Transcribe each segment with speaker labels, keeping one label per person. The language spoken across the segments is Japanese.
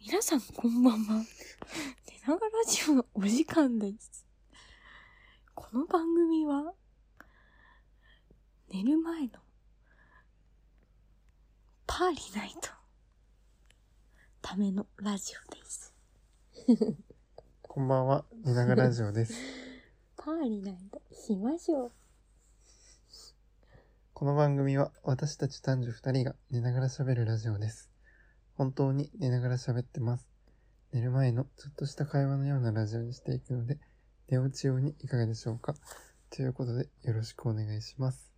Speaker 1: 皆さんこんばんは。寝ながらラジオのお時間です。この番組は、寝る前のパーリナイトためのラジオです。
Speaker 2: こんばんは、寝ながらラジオ です。
Speaker 1: パーリナイトしましょ う。
Speaker 2: この番組は私たち男女二人が寝ながら喋るラジオです。本当に寝ながら喋ってます。寝る前のちょっとした会話のようなラジオにしていくので、寝落ち用にいかがでしょうかということで、よろしくお願いします。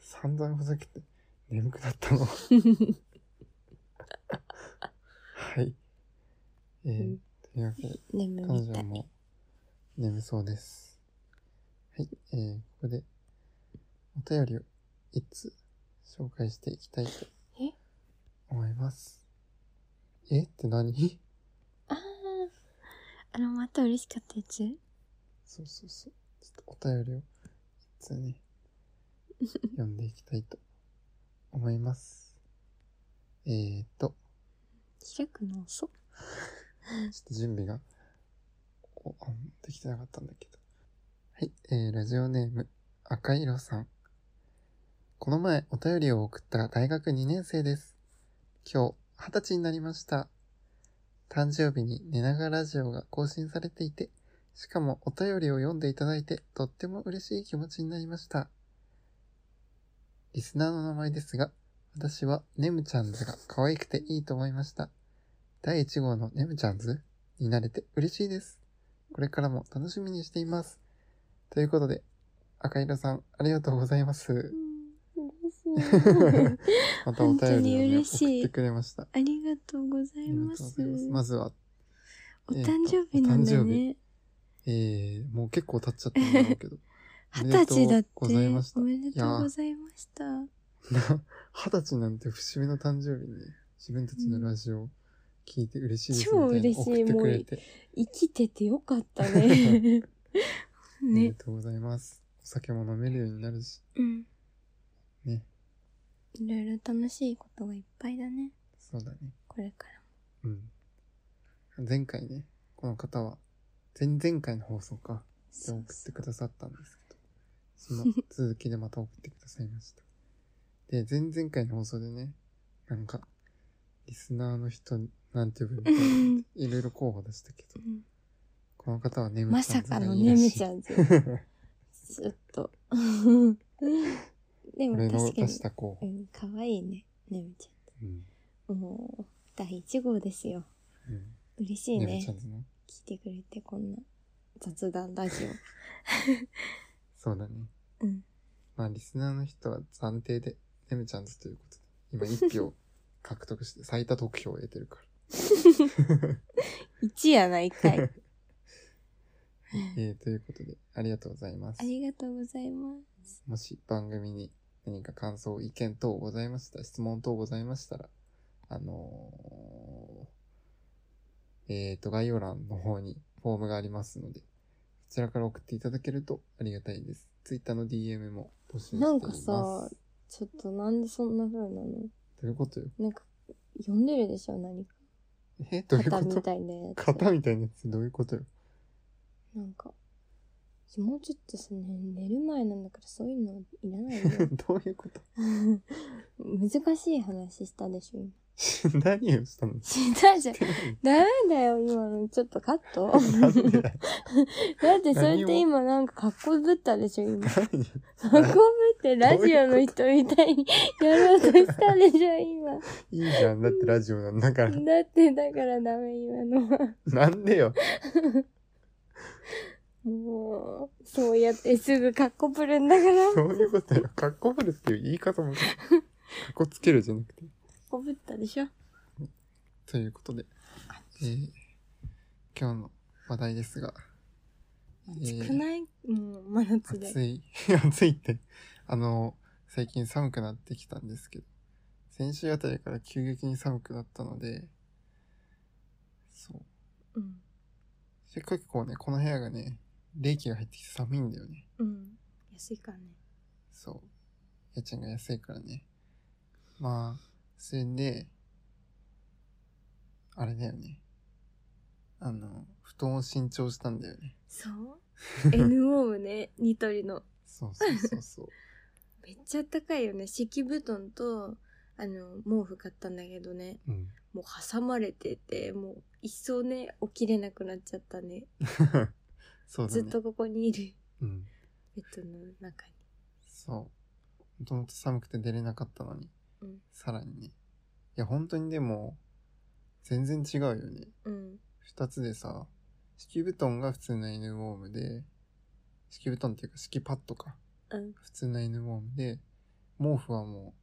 Speaker 2: 散々ふざけて眠くなったの。 はい。え
Speaker 1: う
Speaker 2: ー
Speaker 1: ん、
Speaker 2: というわけで、
Speaker 1: 眠
Speaker 2: 彼
Speaker 1: みた
Speaker 2: 女
Speaker 1: い。
Speaker 2: も眠そうです。はい、えー、ここでお便りを一つ紹介していきたいと
Speaker 1: え
Speaker 2: 思います。えって何
Speaker 1: あー、あの、また嬉しかったやつ
Speaker 2: そうそうそう。ちょっとお便りを一つね、 読んでいきたいと思います。えーと、
Speaker 1: 開くの遅っ
Speaker 2: ちょっと準備が、おあんできてなかったんだけど。はい、えー、ラジオネーム、赤色さん。この前、お便りを送った大学2年生です。今日、二十歳になりました。誕生日に寝ながらラジオが更新されていて、しかもお便りを読んでいただいて、とっても嬉しい気持ちになりました。リスナーの名前ですが、私はネムちゃんズが可愛くていいと思いました。第1号のネムちゃんズになれて嬉しいです。これからも楽しみにしています。ということで、赤色さん、ありがとうございます。
Speaker 1: うん嬉しい。
Speaker 2: またお
Speaker 1: 本
Speaker 2: 便りを、
Speaker 1: 当に
Speaker 2: ね、
Speaker 1: 嬉し
Speaker 2: 送
Speaker 1: い
Speaker 2: ってくれました。あ
Speaker 1: ありがとうござい
Speaker 2: りが
Speaker 1: ま
Speaker 2: とうご
Speaker 1: す
Speaker 2: ざい。ます。まずは、
Speaker 1: お誕生日なんだね。
Speaker 2: えー、もう結構経っちゃったんだろうけど。 お
Speaker 1: 二
Speaker 2: 誕
Speaker 1: 十
Speaker 2: 生日
Speaker 1: 歳だって。
Speaker 2: おめでとうございました
Speaker 1: おめでとうございました。
Speaker 2: な二十歳なんて節目の誕生日に自分たちのラジオを聞いて嬉しいですみたいな
Speaker 1: 超嬉しい
Speaker 2: 送ってくれて、
Speaker 1: 生きててよかったね。
Speaker 2: おめで
Speaker 1: ね。
Speaker 2: とうございます。お酒も飲めるようになるし、
Speaker 1: うん。
Speaker 2: ね。
Speaker 1: いろいろ楽しいことがいっぱいだね。
Speaker 2: そうだね。
Speaker 1: これから
Speaker 2: うん。前回ね、この方は、前々回の放送か、で送
Speaker 1: も。
Speaker 2: ってくださったんですけど、そ の続きでまた送ってくださいました。で、前々回の放送でね、なんか、リスナーの人、なんて呼ぶみ た
Speaker 1: う
Speaker 2: いな、
Speaker 1: ん
Speaker 2: いろいろ候補出したけど、
Speaker 1: うん
Speaker 2: この方は眠
Speaker 1: ま
Speaker 2: ち
Speaker 1: さ
Speaker 2: ゃんズが
Speaker 1: か
Speaker 2: いいら
Speaker 1: の
Speaker 2: しい
Speaker 1: ねむちゃ んズ。ちょっと。 でも
Speaker 2: 俺の
Speaker 1: 確か
Speaker 2: 出
Speaker 1: に
Speaker 2: し。た候
Speaker 1: う
Speaker 2: 補。
Speaker 1: ん、かわいいね。ねむち
Speaker 2: うん。
Speaker 1: ゃん。もう、第一号ですよ。
Speaker 2: うん
Speaker 1: 嬉しい
Speaker 2: ね
Speaker 1: ね
Speaker 2: むち。ゃんズの。
Speaker 1: 聞いてくれて、こんな雑談ラジ
Speaker 2: そうだね。
Speaker 1: オ。うん。
Speaker 2: まあ、リスナーの人は暫定で、ねむちゃんズということで、今1票獲得して、最多得票を得てるから。
Speaker 1: 一やないか い。
Speaker 2: えーということで、ありがとうございます
Speaker 1: あ。りがとうございます。
Speaker 2: もし番組に何か感想、意見等ございました、質問等ございましたら、あのーえっ、と、概要欄の方にフォームがありますので、そちらから送っていただけるとありがたいです。Twitter の DM も募集していま
Speaker 1: な
Speaker 2: す。
Speaker 1: んかさ、ちょっとなんでそんな風なの
Speaker 2: どういうことよ。
Speaker 1: なんか、読んでるでしょ何か。
Speaker 2: えどういう
Speaker 1: 型
Speaker 2: こ
Speaker 1: み
Speaker 2: と
Speaker 1: たいなやつ。
Speaker 2: 型みたいなやつどういうことよ。。
Speaker 1: なんか、もうちょっとさ、ね、寝る前なんだからそういうのいらないよ
Speaker 2: どういうこと
Speaker 1: 難しい話したでしょ今。
Speaker 2: 何をしたの
Speaker 1: したじゃん。 ダメだよ、今の。ちょっとカッ ト。
Speaker 2: なんでだよ
Speaker 1: だってそれって今なんか格好ぶったでしょ今。
Speaker 2: 何
Speaker 1: 運ぶってラジオの人みたいにやろうとしたでしょ、今。
Speaker 2: いいじゃん。だってラジオなんだから。
Speaker 1: だってだからダメ、今のは。
Speaker 2: なんでよ。
Speaker 1: もう、そうやってすぐカッコぶるんだから。カッ
Speaker 2: そういうことよ。かっこぶるっていう言い方も、かっこつけるじゃなくて。
Speaker 1: コぶったでしょ。
Speaker 2: ということで、えー今日の話題ですが、え
Speaker 1: 少ない、もう真夏で。
Speaker 2: 暑い、 暑いって、あの、最近寒くなってきたんですけど、先週あたりから急激に寒くなったので、そう。
Speaker 1: うん。
Speaker 2: せっかくこうね、この部屋がね、冷気が入ってきて寒いんだよね。
Speaker 1: うん。安いからね。
Speaker 2: そう。家賃が安いからね。まあ、それで、あれだよね。あの、布団を新調したんだよね。
Speaker 1: そう ?NO ね、ニトリの。
Speaker 2: そうそうそうそう。
Speaker 1: めっちゃあったかいよね。敷布団と、あの、毛布買ったんだけどね。
Speaker 2: うん。
Speaker 1: もう挟まれてて、もう一層ね、起きれなくなっちゃったね。
Speaker 2: そうだね。
Speaker 1: ずっとここにいる。
Speaker 2: うん。
Speaker 1: ベッドの中に。
Speaker 2: そう。もともと寒くて出れなかったのに、
Speaker 1: うん
Speaker 2: さらにね。いや、本当にでも、全然違うよね。
Speaker 1: うん。
Speaker 2: 二つでさ、敷布団が普通の N ウォームで、敷布団っていうか敷パッドか。
Speaker 1: うん。
Speaker 2: 普通の N ウォームで、毛布はもう、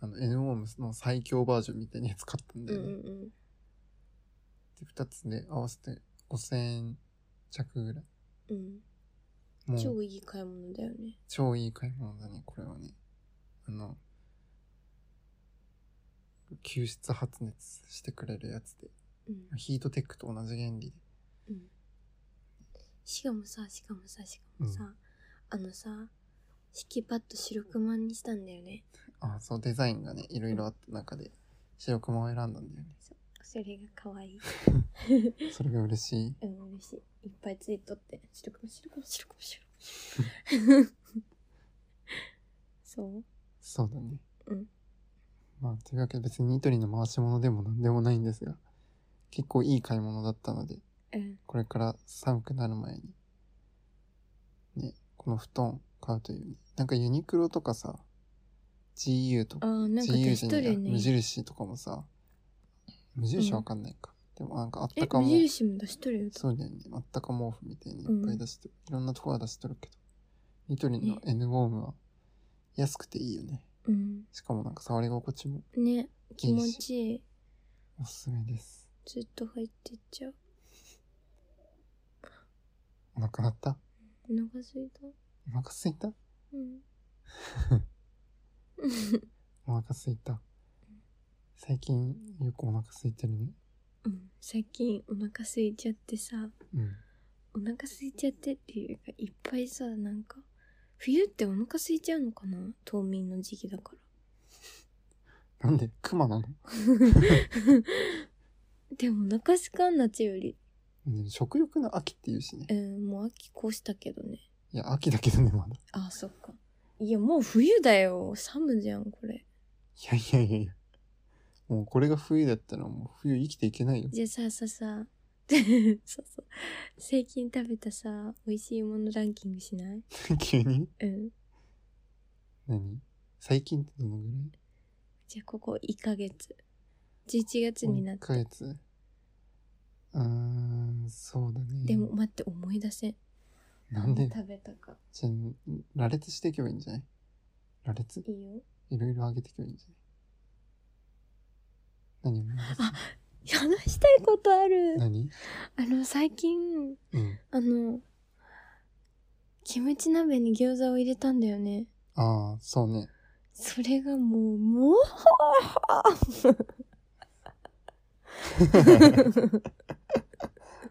Speaker 2: あの N ウォームの最強バージョンみたいなやつ買ったん
Speaker 1: う
Speaker 2: だ
Speaker 1: んう
Speaker 2: よね。
Speaker 1: んうん。
Speaker 2: で、二つで合わせて5000円弱ぐらい。
Speaker 1: うん。
Speaker 2: もう
Speaker 1: 超いい買い物だよね。
Speaker 2: 超いい買い物だね、これはね。あの、吸湿発熱してくれるやつで。
Speaker 1: うん。
Speaker 2: ヒートテックと同じ原理で。
Speaker 1: うん。しかもさ、しかもさ、しかもさ、
Speaker 2: う
Speaker 1: あのさ、敷きパッド白熊にしたんだよね。
Speaker 2: あ、そう、デザインがね、いろいろあった中で、白熊を選んだんだよね。
Speaker 1: それが可愛い。
Speaker 2: それが嬉しい。
Speaker 1: うん、嬉しい。いっぱいついとって。白熊、白熊、白熊、白 熊。そう
Speaker 2: そうだね。
Speaker 1: うん。
Speaker 2: まあ、というわけで別にニトリの回し物でも何でもないんですが、結構いい買い物だったので、
Speaker 1: うん。
Speaker 2: これから寒くなる前に、ね、この布団買うというね。なんかユニクロとかさ、GU と
Speaker 1: あ
Speaker 2: か、
Speaker 1: ー、なんか
Speaker 2: GU
Speaker 1: 出
Speaker 2: じ
Speaker 1: し
Speaker 2: ゃ
Speaker 1: と
Speaker 2: ない
Speaker 1: る
Speaker 2: や、
Speaker 1: よ
Speaker 2: 無
Speaker 1: ね。
Speaker 2: 印とかもさ、無印わかんないか。でもなんかあっ
Speaker 1: え
Speaker 2: た、か
Speaker 1: 無
Speaker 2: も、
Speaker 1: 印も出しとるよ。
Speaker 2: そうだよね。あったか毛布みたいにい
Speaker 1: うん
Speaker 2: っぱい出してる。いろんなとこは出してるけど、ニトリの N ウォームは安くていいよね。
Speaker 1: うん。
Speaker 2: しかもなんか触り心地も
Speaker 1: ね、気持ちいい。
Speaker 2: おすすめです。
Speaker 1: ずっと入ってっちゃう。
Speaker 2: お腹鳴った
Speaker 1: お腹すいた。
Speaker 2: お腹すいた
Speaker 1: うん。
Speaker 2: お腹すいた。最近よくお腹すいてるね。
Speaker 1: うん。最近お腹すいちゃってさ、
Speaker 2: うん。
Speaker 1: お腹すいちゃってっていうか、いっぱいさ、なんか、冬ってお腹すいちゃうのかな冬眠の時期だから。
Speaker 2: なんで熊なの
Speaker 1: でもお腹すかん夏より。
Speaker 2: うん食欲の秋っていうしね
Speaker 1: う。ん、もう秋越したけどね。
Speaker 2: いや、秋だけどね、まだ。
Speaker 1: あ、そっか。いや、もう冬だよ。寒じゃん、これ。
Speaker 2: いやいやいやいや。もうこれが冬だったらもう冬生きていけないよ。
Speaker 1: じゃあさ、さ、さ、 そうそう。最近食べたさ、美味しいものランキングしない
Speaker 2: 急に
Speaker 1: うん。
Speaker 2: 何最近ってどのぐらい
Speaker 1: じゃあ、ここ1ヶ月。11月になって
Speaker 2: 1ヶ。月。うーん、そうだね。
Speaker 1: でも、。待って、思い出せん。
Speaker 2: なんで
Speaker 1: 食べたか。
Speaker 2: じゃあ、羅列していけばいいんじゃない羅列
Speaker 1: いいよ。
Speaker 2: いろいろあげていけばいいんじゃない何
Speaker 1: あ話したいことある。
Speaker 2: 何
Speaker 1: あの、最近、
Speaker 2: うん。
Speaker 1: あの、キムチ鍋に餃子を入れたんだよね。
Speaker 2: ああ、そ うね。
Speaker 1: それがもう、もう、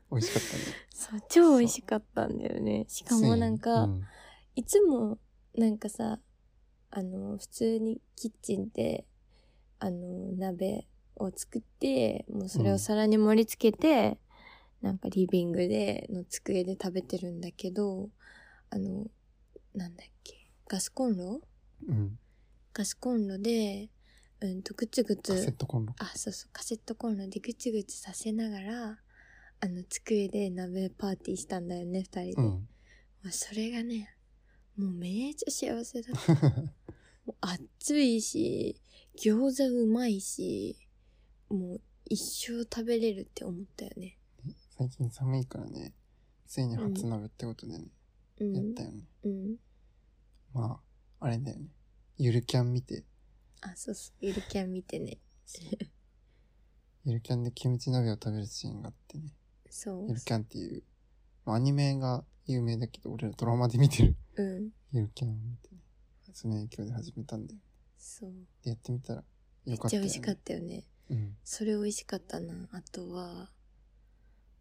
Speaker 2: 美味しかったね。
Speaker 1: そう、超美味しかったんだよね。しかもなんか、
Speaker 2: うん
Speaker 1: いつも、なんかさ、あの、普通にキッチンで、あの、鍋を作って、もうそれを皿に盛り付けて、なんかリビングでの机で食べてるんだけど、あの、なんだっけ、ガスコンロ
Speaker 2: うん。
Speaker 1: ガスコンロで、うんと、ぐつぐ
Speaker 2: カセッ
Speaker 1: つ、
Speaker 2: トコンロ。
Speaker 1: あ、そうそう、カセットコンロでぐつぐつさせながら、あの、机で鍋パーティーしたんだよね、二人で。
Speaker 2: うん。
Speaker 1: まあ、それがね、もうめっちゃ幸せだった。もう暑いし、餃子うまいし、もう一生食べれるって思ったよね。
Speaker 2: 最近寒いからね、ついに初鍋ってことでね、
Speaker 1: う
Speaker 2: やっ
Speaker 1: ん
Speaker 2: た。よね。
Speaker 1: うん。
Speaker 2: まあ、あれだよね。ゆるキャン見て、
Speaker 1: あ、そうそう。ゆるキャン見てね。
Speaker 2: ゆるキャンでキムチ鍋を食べるシーンがあってね。
Speaker 1: そ
Speaker 2: ゆるキャンっていう、まあアニメが有名だけど、俺らドラマで見てる。
Speaker 1: う。うん。
Speaker 2: ゆるキャンを見てね。その影響で始めたんだよ。
Speaker 1: そう。
Speaker 2: で、やってみたら、
Speaker 1: め
Speaker 2: よ
Speaker 1: っ
Speaker 2: かった
Speaker 1: ちゃ
Speaker 2: よ、
Speaker 1: 美
Speaker 2: ね。
Speaker 1: 味しかったよね。
Speaker 2: うん。
Speaker 1: それ美味しかったな。あとは、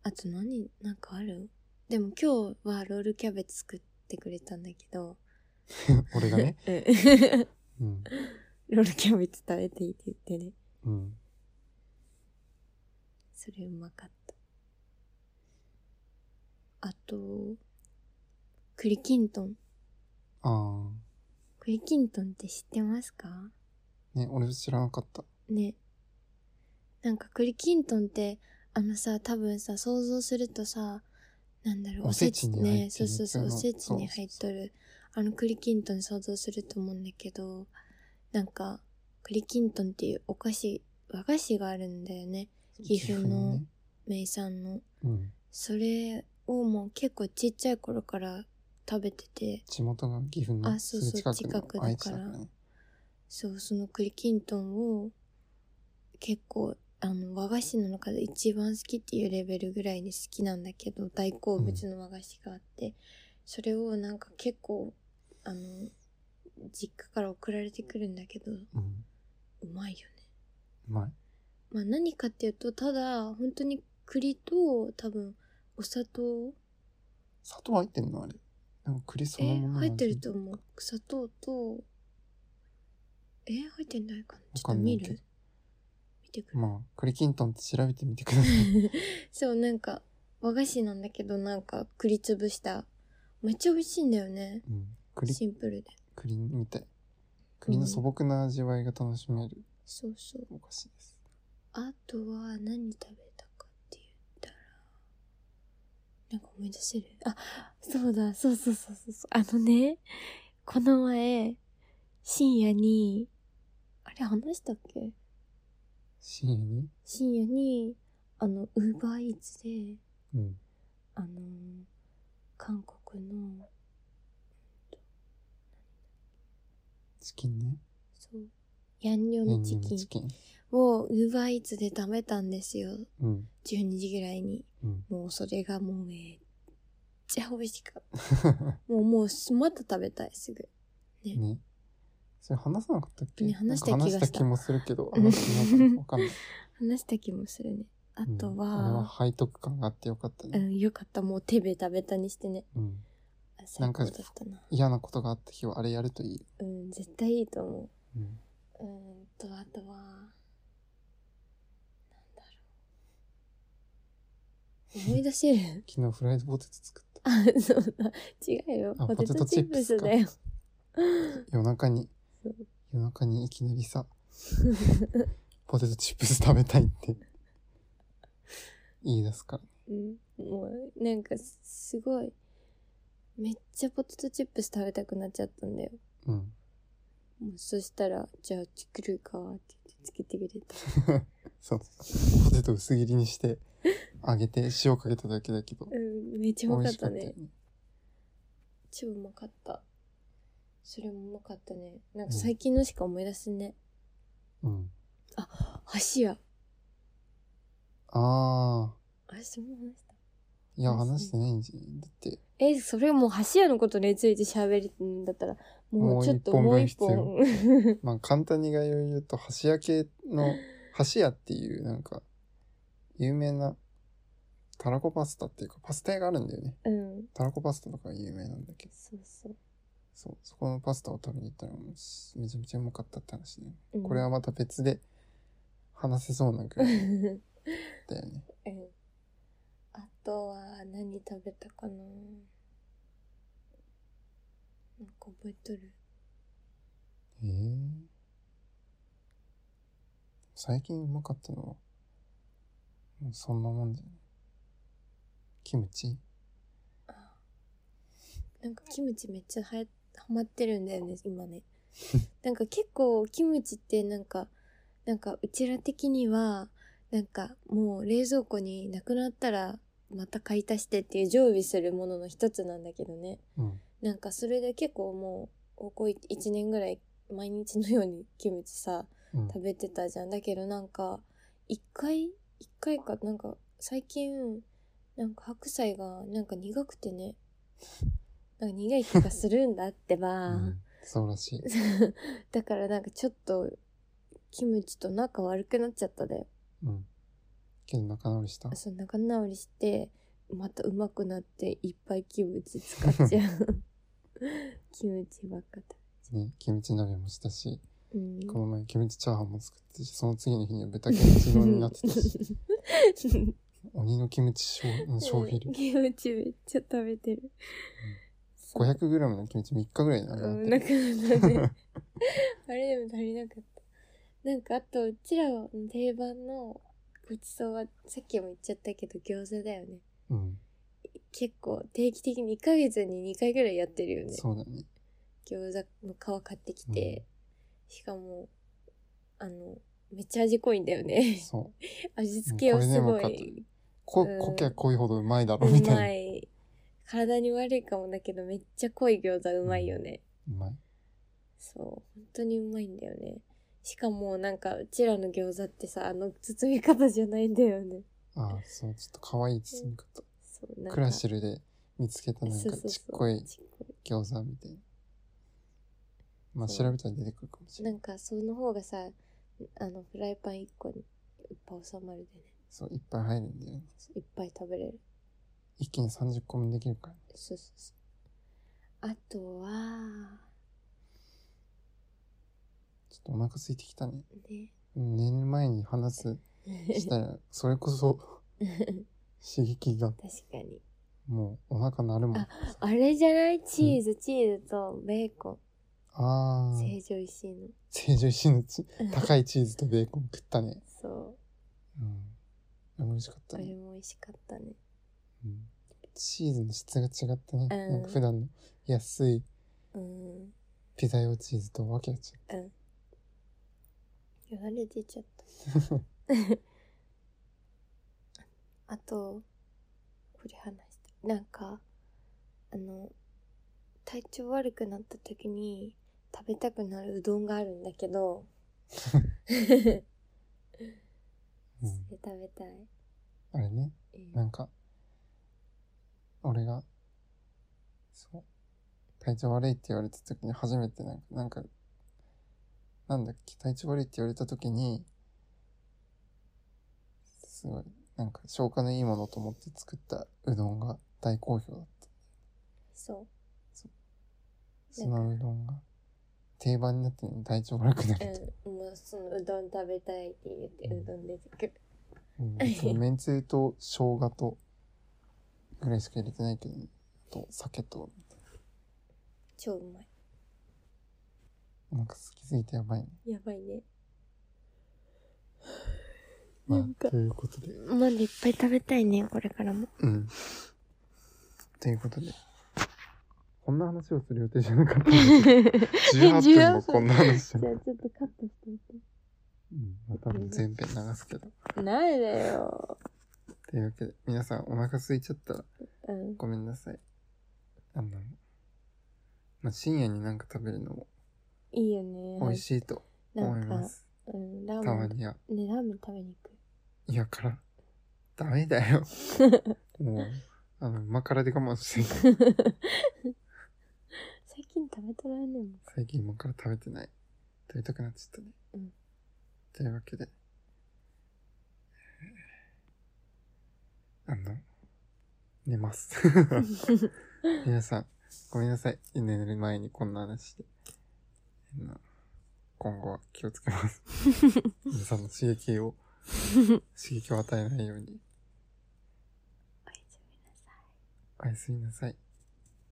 Speaker 1: あと何、なんかあるでも今日はロールキャベツ作ってくれたんだけど、
Speaker 2: 俺 がね。
Speaker 1: うん
Speaker 2: うん。
Speaker 1: ロールキャベツ食べていいって言ってね。
Speaker 2: うん。
Speaker 1: それうまかった。あと、栗きんとん。
Speaker 2: あ
Speaker 1: 栗きんとんって知ってますか
Speaker 2: あ。ね、俺知らなかった。
Speaker 1: ね。なんか栗きんとんって、あのさ、多分さ、想像するとさ、なんだろう、
Speaker 2: おせちに入ってる
Speaker 1: ね。そうそうそう、お
Speaker 2: 普通の
Speaker 1: せちに入っとる。あの栗きんとん想像すると思うんだけど、なんか、栗きんとんっていうお菓子、和菓子があるんだよね。岐阜の
Speaker 2: ね。
Speaker 1: 名産の。
Speaker 2: うん。
Speaker 1: それをもう結構ちっちゃい頃から食べてて、
Speaker 2: 地元が岐阜の
Speaker 1: あそうそう
Speaker 2: すぐの
Speaker 1: 近くだから
Speaker 2: 愛知ね
Speaker 1: そう、その栗きんとんを結構、あの、和菓子の中で一番好きっていうレベルぐらいで好きなんだけど、大好物の和菓子があって、それをなんか結構、あの、実家から送られてくるんだけど、う
Speaker 2: うん。
Speaker 1: まいよね。
Speaker 2: うまい。
Speaker 1: まあ何かっていうと、ただ、本当に栗と多分、お砂糖、
Speaker 2: 砂糖入ってんのあれ。なんか栗そ
Speaker 1: え
Speaker 2: のものの味
Speaker 1: 入ってると思う。砂糖と、え入ってないかなちょっと
Speaker 2: わかんない
Speaker 1: 見
Speaker 2: けど
Speaker 1: る見てくる。
Speaker 2: まあ、栗きんとんって調べてみてください。
Speaker 1: そう、なんか、和菓子なんだけど、なんか、栗潰した。めっちゃ美味しいんだよね。
Speaker 2: うん。栗、
Speaker 1: シンプルで。
Speaker 2: 栗みたい。栗の素朴な味わいが楽しめる
Speaker 1: そうそう。
Speaker 2: お菓子です。
Speaker 1: あとは、何食べたかって言ったら、なんか思い出せるあ、そうだ、そうそうそうそうそう。あのね、この前、深夜に、あれ話したっけ
Speaker 2: 深夜に
Speaker 1: 深夜に、あの、ウーバーイーツで、
Speaker 2: うん。
Speaker 1: あのー韓国の、
Speaker 2: チキンね。
Speaker 1: そう、ヤンニョムチ
Speaker 2: ヤンニ
Speaker 1: キ
Speaker 2: ョム
Speaker 1: ン
Speaker 2: チキン。
Speaker 1: をウーバーイーツで食べたんですよ。
Speaker 2: うん。
Speaker 1: 12時ぐらいに。
Speaker 2: うん。
Speaker 1: もうそれがもうめっちゃ美味しかった。もうもうすまた食べたい、すぐ。
Speaker 2: ね。それ話さなかったっけ
Speaker 1: ね話した気
Speaker 2: なんか
Speaker 1: が
Speaker 2: 話
Speaker 1: した
Speaker 2: した気もする けど、
Speaker 1: うん
Speaker 2: 話してないかわかんない。
Speaker 1: 話した気もするね。あと
Speaker 2: うんあれは
Speaker 1: は、
Speaker 2: 背徳感があってよかった
Speaker 1: う
Speaker 2: ね。
Speaker 1: ん、よかった。もう手ベタベタにしてね。
Speaker 2: うん。
Speaker 1: あ最高だ
Speaker 2: なん
Speaker 1: っ
Speaker 2: か
Speaker 1: たな。
Speaker 2: 嫌なことがあった日はあれやるといい。
Speaker 1: うん、絶対いいと思
Speaker 2: うん。
Speaker 1: う。うんと、あとは、なんだろう。思い出せる
Speaker 2: 昨日フライドポテト作った。
Speaker 1: あ、そうだ。違うよ。
Speaker 2: あ
Speaker 1: ポテ
Speaker 2: ポ
Speaker 1: ト
Speaker 2: テトチ
Speaker 1: チ
Speaker 2: ッ
Speaker 1: ッ
Speaker 2: プ
Speaker 1: プ
Speaker 2: ス
Speaker 1: ス
Speaker 2: か
Speaker 1: だよ。
Speaker 2: 夜中に
Speaker 1: そう、
Speaker 2: 夜中にいきなりさ、 ポテトチップス食べたいって言い出すから。
Speaker 1: うん、もうなんかすごいめっちゃポテトチップス食べたくなっちゃったんだよ
Speaker 2: うん。
Speaker 1: もうそしたら「じゃあ作るか」って言ってつけてくれた
Speaker 2: そう。ポテト薄切りにして、揚げて塩かけただけだ けど、
Speaker 1: うんめっち
Speaker 2: 美
Speaker 1: ゃうまか
Speaker 2: 味
Speaker 1: っ
Speaker 2: しか
Speaker 1: た
Speaker 2: ったよ
Speaker 1: ね
Speaker 2: ね。
Speaker 1: 超うまかったそれもうまかったねなんか最近のしか思い出すね、
Speaker 2: うん。
Speaker 1: 箸や
Speaker 2: あ
Speaker 1: あれそんな話した
Speaker 2: ー。いや、
Speaker 1: そうそう
Speaker 2: 話してないんじゃん。だって、
Speaker 1: えそれもう箸屋のことについて喋るんだったらも
Speaker 2: もう
Speaker 1: うちょっと
Speaker 2: 一本分
Speaker 1: もう一本
Speaker 2: まあ簡単に概要を言うと、箸屋系 の、箸屋っていうなんか、有名な、たらこパスタっていうか、パスタ屋があるんだよね。
Speaker 1: うん
Speaker 2: たらこパスタとかが有名なんだけど、
Speaker 1: そうそう、
Speaker 2: そう、そこのパスタを食べに行ったら、もうすめちゃめちゃうまかったって話ね。
Speaker 1: うん
Speaker 2: これはまた別で話せそうな ぐ
Speaker 1: う
Speaker 2: らい
Speaker 1: ん
Speaker 2: だよね。
Speaker 1: うん。あとは何食べたかななんか覚えとる。
Speaker 2: へえ。最近うまかったのは、もうそんなもんじゃない。キムチ
Speaker 1: なんかキムチめっちゃはやハマってるんだよね、今ね。 なんか結構キムチってなんか、なんかうちら的には、なんかもう冷蔵庫になくなったらまた買い足してっていう常備するものの一つなんだけどね。
Speaker 2: うん。
Speaker 1: なんかそれで結構もう、ここ1年ぐらい毎日のようにキムチさ、
Speaker 2: うん。
Speaker 1: 食べてたじゃん。だけどなんか、一回、一回か、なんか、最近、なんか白菜がなんか苦くてね、 なんか苦い気がするんだってば、
Speaker 2: うんそうらしい。
Speaker 1: だからなんかちょっと、キムチと仲悪くなっちゃっただよ。
Speaker 2: うん。けど仲直りした
Speaker 1: その仲直りして、またうまくなって、いっぱいキムチ使っちゃ う。キムチばっか
Speaker 2: ね、キムチ鍋もしたし、
Speaker 1: 食べ。うん。
Speaker 2: この前キムチチャーハンも作ったし、その次の日には豚キムチ丼になってたし、鬼のキムチ消の消費量。
Speaker 1: キムチめっちゃ食べてる。そう。
Speaker 2: 500g のキムチ3日ぐらいでなくな
Speaker 1: う
Speaker 2: っ
Speaker 1: ん、
Speaker 2: て
Speaker 1: な
Speaker 2: る
Speaker 1: くなったね。あれでも足りなかった。なんかあと、うちらの定番のごちそうは、さっきも言っちゃったけど餃子だよね。
Speaker 2: うん。
Speaker 1: 結構定期的に1ヶ月に2回ぐらいやってるよね。
Speaker 2: そうだね。
Speaker 1: 餃子の皮買ってきて、しかも、あの、めっちゃ味濃いんだよね。
Speaker 2: そう。
Speaker 1: 味付けはすごい
Speaker 2: こ、
Speaker 1: うん
Speaker 2: こきゃ濃いほどうまいだろ、み
Speaker 1: う
Speaker 2: たい
Speaker 1: ま
Speaker 2: な。う
Speaker 1: い。体に悪いかもだけど、めっちゃ濃い餃子うまいよね。
Speaker 2: まい。
Speaker 1: そう。本当にうまいんだよね。しかも、なんか、うちらの餃子ってさ、あの包み方じゃないんだよね。
Speaker 2: ああ、そう、ちょっと可愛い包み方。
Speaker 1: そう、なんか。
Speaker 2: クラシルで見つけたなん
Speaker 1: そう
Speaker 2: か
Speaker 1: そうそう
Speaker 2: ちっこい
Speaker 1: ちっこい
Speaker 2: 餃子みたいな。まあ
Speaker 1: そ
Speaker 2: 調
Speaker 1: う
Speaker 2: べたら出てくるかもしれ
Speaker 1: な
Speaker 2: ない。
Speaker 1: んか、その方がさ、あの、フライパン1個にいっぱい収まるでね。
Speaker 2: そう、いっぱい入るんだよね。
Speaker 1: いっぱい食べれる。
Speaker 2: 一気に30個分できるからね。
Speaker 1: そうそうそう。あとは、
Speaker 2: ちょっとお腹空いてきたね。
Speaker 1: ね。
Speaker 2: 寝る前に話すした ら、それこそ刺激が、
Speaker 1: 確かに。
Speaker 2: もうお腹鳴るもん。あ
Speaker 1: あれじゃないチーズ、チーズとベーコ
Speaker 2: あ
Speaker 1: ン。成
Speaker 2: ー、
Speaker 1: 城石井の。
Speaker 2: 成城石井のち高いチーズとベーコン食ったね。
Speaker 1: そう。
Speaker 2: うん。あれ美味しかった
Speaker 1: あれ
Speaker 2: ね。
Speaker 1: も美味しかったね。
Speaker 2: うん、チーズの質が違ったね。
Speaker 1: うん
Speaker 2: なんか普段の安い
Speaker 1: うん。
Speaker 2: ピザ用チーズとわけが違う。
Speaker 1: 言われてちゃった。あと、これ話した。なんか、あの、体調悪くなった時に食べたくなるうどんがあるんだけど、
Speaker 2: う
Speaker 1: そ
Speaker 2: ん、
Speaker 1: れ食べたい。
Speaker 2: あれね。
Speaker 1: うん
Speaker 2: なんか、俺が、そう、体調悪いって言われた時に初めてなんか、なんか、なんだっけ、体調悪いって言われた時に、すごい、なんか消化のいいものと思って作ったうどんが大好評だった。
Speaker 1: そ
Speaker 2: そのうどんが定番になってね体調悪くな
Speaker 1: う。
Speaker 2: ると。
Speaker 1: うん。もうそのうどん食べたいって言ってうどん出てくる。
Speaker 2: うん、別にめんつゆと生姜とぐらいしか入れてないけど、あと酒と、
Speaker 1: 超うまい。
Speaker 2: なんか好きすぎてやばいね。
Speaker 1: やばいね。
Speaker 2: ま
Speaker 1: なん
Speaker 2: あ、
Speaker 1: か
Speaker 2: ということで。
Speaker 1: まだいっぱい食べたいね、これからも。
Speaker 2: うん。ということで。こんな話をする予定じゃ なかったん ですけど18分もこんな話を。
Speaker 1: じゃあちょっとカットしてみて。
Speaker 2: うん。また全編流すけど。
Speaker 1: なんだよ。
Speaker 2: というわけで、皆さんお腹空いちゃったら
Speaker 1: うん。
Speaker 2: ごめんなさい。あの、まあ、深夜になんか食べるのも
Speaker 1: いいよね。
Speaker 2: 美味しいと思
Speaker 1: ないんか、
Speaker 2: ます。
Speaker 1: うん、ラ
Speaker 2: た
Speaker 1: ーメ
Speaker 2: ま
Speaker 1: ン。ね、
Speaker 2: には。
Speaker 1: ラーメン食べに 行く。
Speaker 2: いやから、ダメだ よ。もう、あの、今からで我慢してる
Speaker 1: 最近食べとらんねんもん。
Speaker 2: 最近今から食べてない。食べたくなっちゃったね。
Speaker 1: うん
Speaker 2: というわけで。あの、寝 ます。皆さん、ごめんなさい。寝る前にこんな話で。あの今後は気をつ けます。皆さんの刺激を、刺激を与えないように。
Speaker 1: おやすみなさい。
Speaker 2: おやすみなさい。